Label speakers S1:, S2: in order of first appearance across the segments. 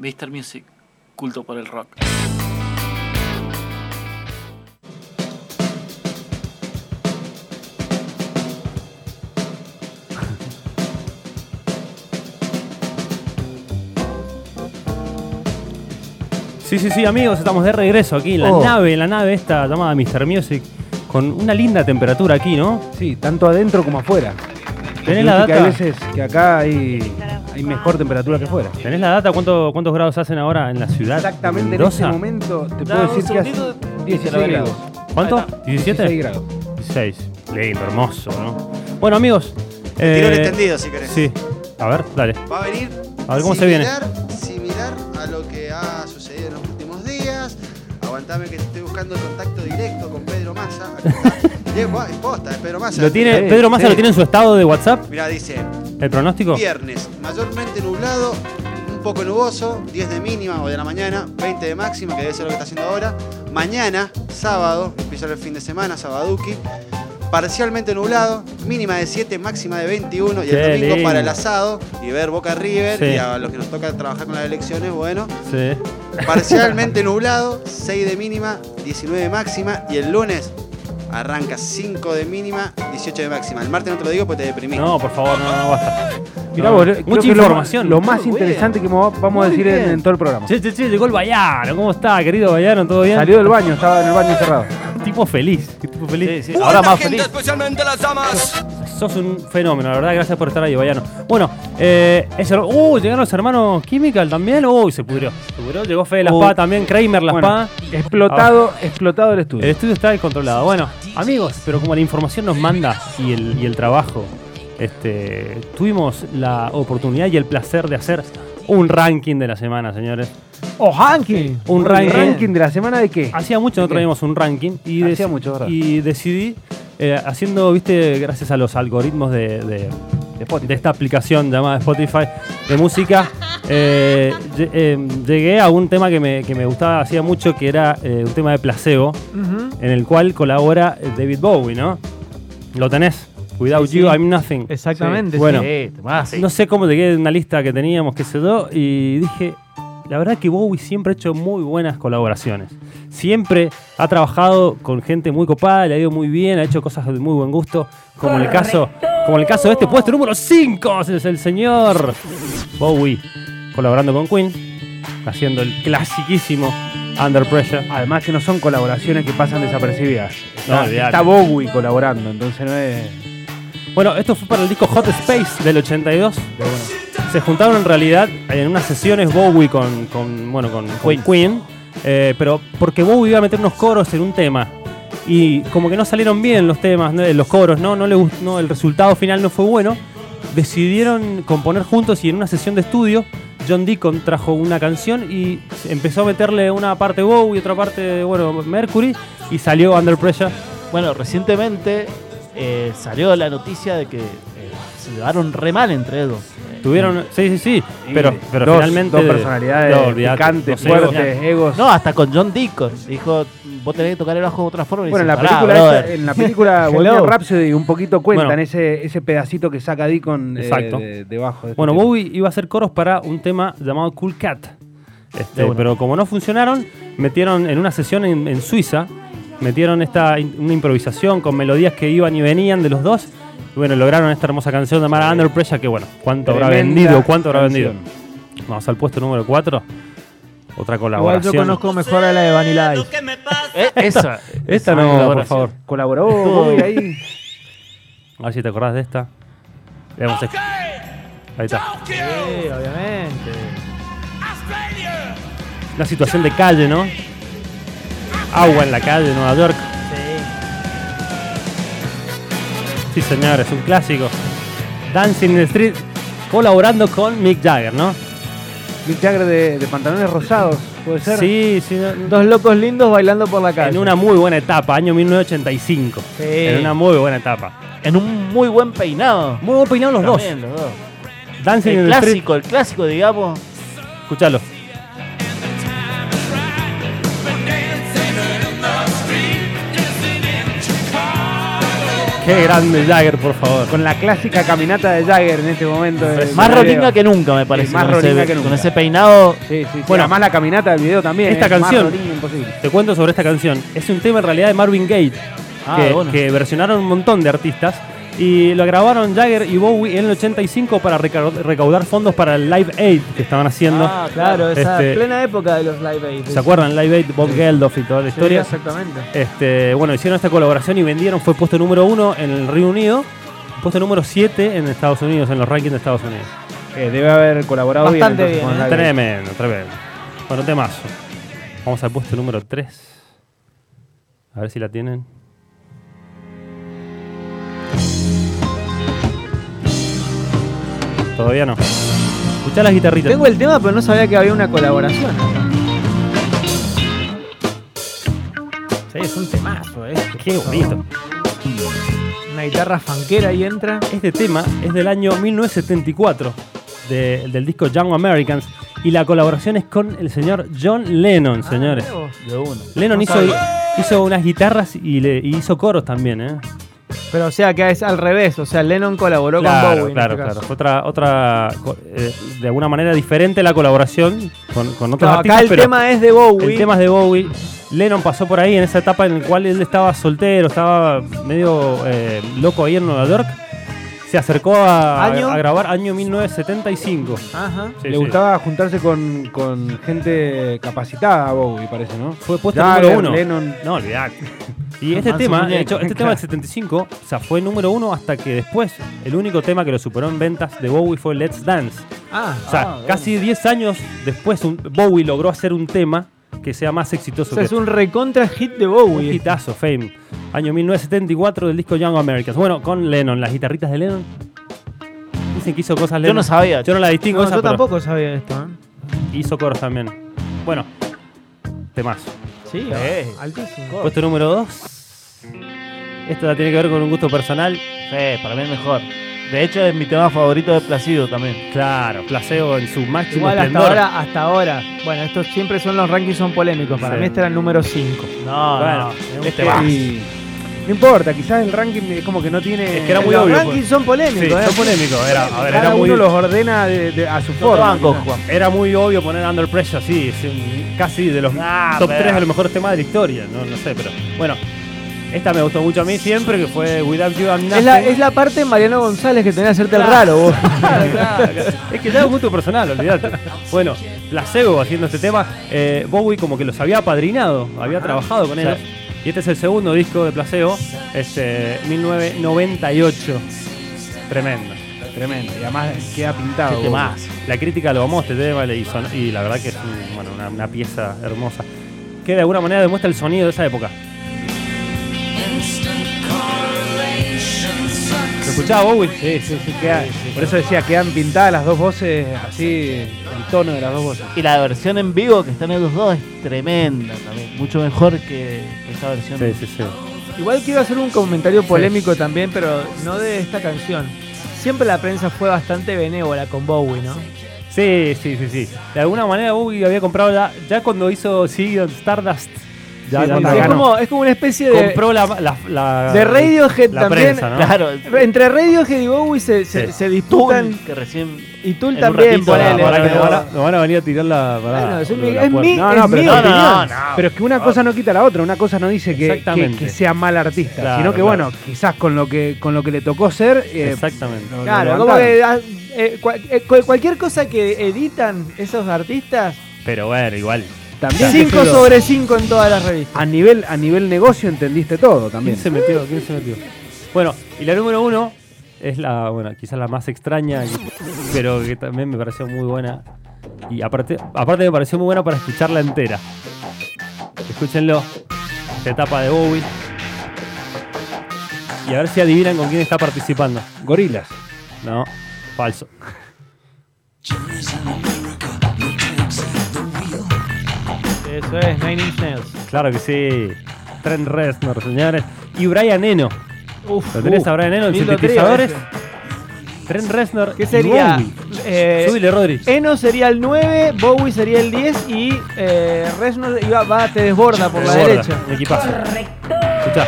S1: Mr. Music, culto por el rock.
S2: Sí, sí, sí, amigos, estamos de regreso aquí en la
S3: Oh.
S2: nave, en la nave esta llamada Mr. Music, con una linda temperatura aquí, ¿no?
S3: Sí, tanto adentro como afuera.
S2: ¿Tenés la
S3: Significa que
S2: data?
S3: Hay veces que acá hay, hay mejor temperatura que afuera.
S2: ¿Tenés la data cuánto- cuántos grados hacen ahora en la ciudad?
S3: Exactamente en
S2: Mendoza?
S3: este momento
S1: Dame
S3: te puedo
S1: un
S3: decir que hace
S1: segundito, te la
S3: 16
S1: averiguo.
S3: grados.
S2: ¿Cuánto?
S1: Ahí
S2: ¿17?
S3: 16 grados.
S2: 16. Lindo, hermoso, ¿no? Bueno, amigos.
S4: Tirón
S2: eh,
S4: extendido, si querés.
S2: Sí. A ver, dale.
S4: Va a venir
S2: A ver, ¿cómo se viene?
S4: similar, similar a lo que ha sucedido en los últimos días. Aguantame que estoy buscando el contacto directo con Pedro Massa. Acá está. Diego, es posta, es Pedro Massa.
S2: Lo tiene,
S3: sí,
S2: Pedro Massa
S3: sí.
S2: lo tiene en su estado de WhatsApp,
S4: Mirá, dice,
S2: el pronóstico.
S4: viernes, mayormente nublado, un poco nuboso, 10 de mínima o de la mañana, 20 de máxima, que debe ser lo que está haciendo ahora. Mañana, sábado, empieza el fin de semana, sabaduki. Parcialmente nublado, mínima de 7, máxima de 21. Y el
S2: Qué
S4: domingo
S2: lindo.
S4: para el asado y ver Boca River.
S2: Sí.
S4: Y a los que nos toca trabajar con las elecciones, bueno.
S2: Sí.
S4: Parcialmente nublado, 6 de mínima, 19 de máxima. Y el lunes arranca 5 de mínima, 18 de máxima. El martes no te lo digo porque te deprimí.
S2: No, por favor, no, no, basta.
S3: Mirá,
S2: No,
S3: vos, eh, creo
S2: mucha
S3: que lo-
S2: información.
S3: Lo, más
S2: Muy bien.
S3: interesante que mo- vamos a
S2: Muy
S3: decir en,
S2: bien.
S3: en todo el programa.
S2: Che, che, che, llegó el Bayano. ¿Cómo está, querido Bayano? ¿Todo bien?
S3: Salió del baño, estaba en el baño cerrado.
S2: Tipo feliz. Tipo feliz.
S5: Ahora más feliz. Especialmente las damas.
S2: Sos un fenómeno, la verdad. Gracias por estar ahí, Bayano. Bueno, eh, ese- uh, llegaron los hermanos Chemical también. Uy, se pudrió. Se pudrió. Llegó Fede Las
S3: Uh,
S2: Paz también, Kramer Las
S3: Bueno,
S2: Paz. Eh,
S3: explotado, explotado el estudio.
S2: El estudio está descontrolado. Bueno, amigos, pero como la información nos manda y el, y el trabajo, este, tuvimos la oportunidad y el placer de hacer un ranking de la semana, señores.
S3: ¡Oh, ranking!
S2: Un
S3: Muy
S2: ranking. Ah,
S3: bien. ranking de la semana de qué?
S2: Hacía mucho no
S3: ¿De qué?
S2: traíamos un ranking y,
S3: Hacía
S2: deci-
S3: mucho, ¿verdad?
S2: y decidí, eh, haciendo, viste, gracias a los algoritmos de, de-
S3: De Spotify.
S2: de esta aplicación llamada Spotify de música, eh, lle- eh, llegué a un tema que me, que me gustaba hacía mucho, que era eh, un tema de placebo.
S3: Ujú.
S2: en el cual colabora eh, David Bowie, ¿no? Lo tenés. Without
S6: Sí,
S2: you,
S6: sí.
S2: I'm nothing.
S6: Exactamente.
S2: Sí. Bueno.
S6: sí, más.
S2: No sé cómo llegué de una lista que teníamos, qué sé yo, y dije, la verdad que Bowie siempre ha hecho muy buenas colaboraciones. Siempre ha trabajado con gente muy copada, le ha ido muy bien, ha hecho cosas de muy buen gusto, como en el caso, como en el caso de este puesto número 5, es el señor Bowie colaborando con Queen, haciendo el clasiquísimo Under Pressure.
S3: Además que no son colaboraciones que pasan desapercibidas.
S2: No,
S3: Está,
S2: olvidate.
S3: está Bowie colaborando, entonces no es...
S2: Bueno, esto fue para el disco Hot Space del 82. Se juntaron en realidad eh, en unas sesiones Bowie con, con, bueno, con, con Queen, eh, pero porque Bowie iba a meter unos coros en un tema y como que no salieron bien los temas, ¿no? los coros, no, no le gust- no, el resultado final no fue bueno. Decidieron componer juntos y en una sesión de estudio John Deacon trajo una canción y empezó a meterle una parte Bowie, otra parte bueno Mercury y salió Under Pressure.
S6: Bueno, recientemente eh, salió la noticia de que eh, se llevaron re mal entre ellos. Eh,
S2: Tuvieron, sí, sí, sí,
S3: Y
S2: pero, pero
S3: dos,
S2: finalmente.
S3: Dos personalidades
S2: No, olvidate,
S3: picantes,
S2: dos egos.
S3: fuertes, egos.
S6: No, hasta con John Deacon. Dijo, vos tenés que tocar el bajo de otra forma. Y
S3: Bueno, en
S6: dice,
S3: la
S6: "Pará,
S3: película,
S6: brother".
S3: esta- en la película
S6: Hello.
S3: Bohemian Rhapsody un poquito cuentan
S2: Bueno.
S3: ese, ese pedacito que saca Deacon eh,
S2: Exacto.
S3: de- debajo. de este
S2: Bueno,
S3: tema.
S2: Bowie iba a hacer coros para un tema llamado Cool Cat. Este,
S6: De una.
S2: Pero como no funcionaron, metieron en una sesión en, en Suiza, metieron esta in- una improvisación con melodías que iban y venían de los dos. Y bueno, lograron esta hermosa canción llamada Under Pressure, que bueno, cuánto habrá
S3: Tremenda
S2: vendido, cuánto habrá
S3: canción.
S2: vendido. Vamos al puesto número 4. Otra
S6: Igual
S2: colaboración.
S6: yo conozco mejor a la de Vanilla Ice. Eh, esa.
S2: Esta
S6: esa
S2: no, por
S6: colaboración.
S2: favor.
S3: Colaboró Bowie ahí.
S2: A ver si te acordás de esta. Veamos esta. Ahí está.
S6: Sí, obviamente.
S2: Una situación de calle, ¿no? Agua en la calle de Nueva York. Sí, señor, es un clásico. Dancing in the Street colaborando con Mick Jagger, ¿no?
S3: Mick Jagger de, de pantalones rosados, puede ser.
S2: Sí, sí. no- no-
S6: Dos locos lindos bailando por la calle.
S2: En una muy buena etapa, año 1985.
S6: Sí.
S2: En una muy buena etapa.
S6: En un muy buen peinado.
S2: Muy buen peinado los dos.
S6: También, los dos.
S2: Dancing in
S6: El
S2: the Street.
S6: clásico, el clásico, digamos.
S2: Escuchalo. Qué grande Jagger, por favor.
S3: Con la clásica caminata de Jagger en este momento. del-
S6: Más
S3: del video.
S6: rolinga que nunca, me parece.
S3: más
S6: con ese-
S3: rolinga que nunca.
S6: Con ese peinado.
S3: Sí, sí, sí.
S2: Bueno.
S3: además la caminata del video también.
S2: Esta
S7: eh,
S3: es más
S2: canción.
S3: rolinga imposible.
S2: Te cuento sobre esta canción. Es un tema en realidad de Marvin Gaye,
S6: Ah,
S2: que,
S6: bueno.
S2: que versionaron un montón de artistas. Y lo grabaron Jagger y Bowie en el 85 para reca- recaudar fondos para el Live Aid que estaban haciendo.
S7: Ah, claro, esa
S2: Este,
S7: plena época de los Live Aid.
S2: ¿Se acuerdan? Live Aid, Bob Geldof y toda la
S7: Sí,
S2: historia.
S7: exactamente.
S2: Este, bueno, hicieron esta colaboración y vendieron, fue puesto número uno en el Reino Unido, puesto número 7 en Estados Unidos, en los rankings de Estados Unidos.
S3: Eh, debe haber colaborado
S7: Bastante
S3: bien, entonces,
S7: bien,
S3: con
S7: ¿eh?
S3: Live Aid.
S2: Tremendo, tremendo. Bueno, temazo. Vamos al puesto número 3. A ver si la tienen. Todavía no. Escuchá las guitarritas.
S7: Tengo el tema, pero no sabía que había una colaboración.
S6: Sí, es un temazo, eh.
S2: Qué bonito.
S7: Una guitarra fanquera y entra.
S2: Este tema es del año 1974, de- del disco Young Americans, y la colaboración es con el señor John Lennon, señores.
S6: De uno.
S2: Lennon
S7: Ah, No
S2: hizo,
S7: sabía.
S2: hizo unas guitarras y, le, y hizo coros también, ¿eh?
S7: Pero o sea que es al revés. O sea, Lennon colaboró con Bowie. en
S2: claro,
S7: este
S2: claro.
S7: caso.
S2: Fue Otra, otra co- eh, de alguna manera diferente la colaboración con, con otros
S7: No,
S2: artistas,
S7: acá el
S2: pero
S7: tema es de Bowie.
S2: el tema es de Bowie. Lennon pasó por ahí en esa etapa en la cual él estaba soltero, estaba medio eh, loco ahí en Nueva York. Se acercó a,
S7: ¿Año?
S2: a grabar año 1975.
S7: Ajá.
S2: Sí, sí.
S3: Le gustaba juntarse con, con gente capacitada a Bowie, parece, ¿no?
S2: Fue puesto
S3: Jagger,
S2: número uno.
S3: Lennon.
S2: No, olvidate. Y este
S6: Manso
S2: tema, de
S6: muñeco.
S2: hecho, este tema del 75, o sea, fue número uno hasta que después el único tema que lo superó en ventas de Bowie fue Let's Dance.
S7: Ah,
S2: O sea, casi 10 años después un- Bowie logró hacer un tema que sea más
S7: o
S2: exitoso
S7: sea,
S2: que
S7: es un recontra hit de Bowie.
S2: un hitazo, Fame. Año 1974 del disco Young Americans. Bueno, con Lennon, las guitarritas de Lennon. Dicen que hizo cosas
S6: Yo
S2: Lennon.
S6: no sabía.
S2: Yo no la distingo
S7: No,
S2: esa,
S7: yo
S2: pero
S7: tampoco sabía esto. ¿eh?
S2: hizo coros también. Bueno, temazo.
S7: Sí, ah,
S6: Eh.
S7: altísimo.
S2: Puesto número 2. Esta tiene que ver con un gusto personal.
S6: Sí, para mí es mejor. De hecho, es mi tema favorito de Placido también.
S2: Claro, placebo en su máximo
S7: Igual hasta
S2: esplendor.
S7: ahora, hasta ahora. Bueno, estos siempre son los rankings son polémicos. Para
S2: Sí.
S7: mí este era el número 5.
S6: No,
S2: Bueno,
S6: no.
S2: este
S6: tema.
S2: va.
S3: Y- No importa, quizás el ranking es como que no tiene.
S2: Es que era muy
S7: los
S2: obvio,
S7: rankings
S2: pues.
S7: son polémicos,
S2: Sí,
S7: ¿eh?
S2: fue polémico. Era, a ver,
S3: Cada
S2: era muy,
S3: uno los ordena de- de- a su
S6: No te
S3: forma.
S6: banco,
S3: quizás.
S6: Juan.
S2: era muy obvio poner Under Pressure, sí. es un- casi de los
S6: Ah,
S2: top
S6: pero-
S2: 3 de los mejores temas de la historia. No, no sé, pero bueno. Esta me gustó mucho a mí siempre, que fue Without You I'm Nothing.
S7: Es la, es la parte de Mariano González que tenía que hacerte el
S2: Claro.
S7: raro vos.
S2: es que ya es un gusto personal, olvídate. Bueno, Placebo haciendo este tema. eh, Bowie como que los había apadrinado, había trabajado con ellos. Y este es el segundo disco de Placebo, este, 1998. Tremendo.
S3: Tremendo. Y además queda pintado.
S2: Qué
S3: Bowie.
S2: temazo. La crítica lo amó este tema le hizo- y la verdad que es un- bueno, una, una pieza hermosa que de alguna manera demuestra el sonido de esa época. ¿Lo escuchaba Bowie?
S3: Sí, sí, sí, queda- Por eso decía, quedan pintadas las dos voces, así, el tono de las dos voces.
S6: Y la versión en vivo que están ellos dos es tremenda también. Mucho mejor que, que esta versión.
S2: Sí, sí, sí.
S7: Igual quiero hacer un comentario polémico también, pero no de esta canción. Siempre la prensa fue bastante benévola con Bowie, ¿no?
S2: Sí, sí, sí, sí. De alguna manera Bowie había comprado ya, ya cuando hizo Ziggy on Stardust. Ya
S3: Sí,
S2: cuando
S3: la
S7: es,
S3: ganó.
S7: como, es como una especie de.
S2: compró la, la, la-
S7: de Radiohead
S2: la
S7: también.
S2: prensa, ¿no?
S6: Claro.
S7: Entre Radiohead y Bowie se, se,
S2: Sí.
S7: se disputan.
S6: Tool, que recién.
S7: Y Tool
S6: En un
S7: también,
S6: ratito,
S7: ponele.
S2: Ahora que
S7: pero-
S2: nos van, a, nos van a venir a tirar la. pará,
S7: Bueno, es un-
S2: boludo, la
S7: es
S2: puerta.
S7: mi-
S3: No, no,
S7: es
S3: pero,
S7: mi
S3: no,
S7: opinión.
S6: no, no.
S3: pero es que una cosa no quita la otra, una cosa no dice que, que,
S2: Exactamente.
S3: que sea mal artista,
S2: Claro,
S3: sino que
S2: claro.
S3: bueno, quizás con lo que con lo que le tocó ser, eh,
S2: Exactamente.
S3: lo- lo
S7: Claro, como
S3: levantaron.
S7: que ah, eh, cual- eh, cual- cualquier cosa que editan esos artistas,
S2: Pero bueno, igual.
S3: también te
S7: 5
S3: pido,
S7: sobre 5 en todas las revistas.
S3: a nivel a nivel negocio entendiste todo
S2: ¿Quién
S3: también.
S2: se metió? ¿Quién se metió? Bueno, y la número uno es la, bueno, quizás la más extraña, y- pero que también me pareció muy buena. Y aparte, aparte me pareció muy buena para escucharla entera. Escúchenlo. Esta etapa de Bowie. Y a ver si adivinan con quién está participando.
S3: Gorilas.
S2: No, falso.
S7: Eso es, Nine Inch Nails.
S2: Claro que sí. Trent Reznor, señores. Y Brian Eno.
S7: Uf,
S2: ¿Lo tenés
S7: uf,
S2: a Brian Eno en
S7: lindo trío
S2: sintetizadores?
S7: ese.
S2: Trent Reznor.
S7: ¿Qué
S2: y
S7: sería?
S2: Bowie.
S7: Eh,
S2: Subile, Rodri.
S7: Eno sería el 9, Bowie sería el 10 y eh, Reznor iba, va, te desborda por la
S2: Desborda,
S7: derecha.
S2: Un equipazo. Escuchá.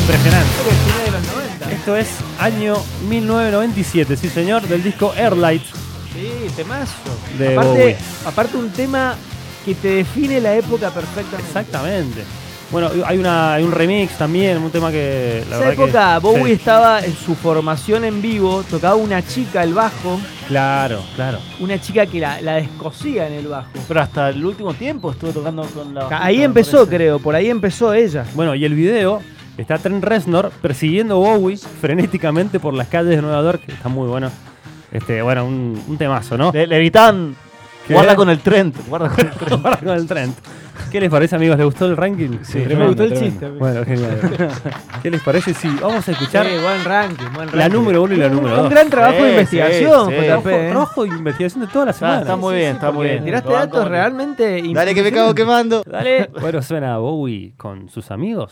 S2: Impresionante.
S7: Creo que el final de los 90.
S2: Esto es año 1997, sí señor, del disco Airlight.
S7: Sí, temazo.
S2: De Bowie.
S7: aparte, aparte un tema que te define la época perfectamente.
S2: Exactamente. Bueno, hay, una, hay un remix también, un tema que la
S7: Esa
S2: verdad
S7: época
S2: que,
S7: Bowie
S2: Sí,
S7: estaba en su formación en vivo, tocaba una chica al bajo,
S2: Claro, claro.
S7: una chica que la, la descosía en el bajo.
S6: Pero hasta el último tiempo estuve tocando con la.
S7: Ahí
S6: me
S7: empezó,
S6: parece.
S7: creo, por ahí empezó ella.
S2: Bueno, y el video está Trent Reznor persiguiendo a Bowie frenéticamente por las calles de Nueva York. que Está muy bueno. Este, bueno, un, un temazo, ¿no?
S6: Le, le gritaban,
S2: ¿Qué?
S6: Guarda con el Trent. Guarda con el Trent.
S2: Ahora con el Trent. ¿Qué les parece, amigos? ¿Les gustó el ranking? Sí,
S7: me gustó el chiste.
S2: Bueno, genial. ¿Qué les parece? Sí, vamos a escuchar
S7: Sí, buen ranking, buen ranking.
S2: la número uno y la número
S7: Un
S2: dos.
S7: gran trabajo
S6: Sí,
S7: de investigación,
S6: sí, sí.
S7: JP, ¿eh?
S2: Trabajo de investigación de toda la semana.
S6: Está, está muy bien, está muy
S7: Porque
S6: bien.
S7: Tiraste
S6: Lo banco
S7: datos
S6: mucho.
S7: realmente
S4: Dale que me cago quemando.
S2: Dale. Bueno, suena Bowie con sus amigos.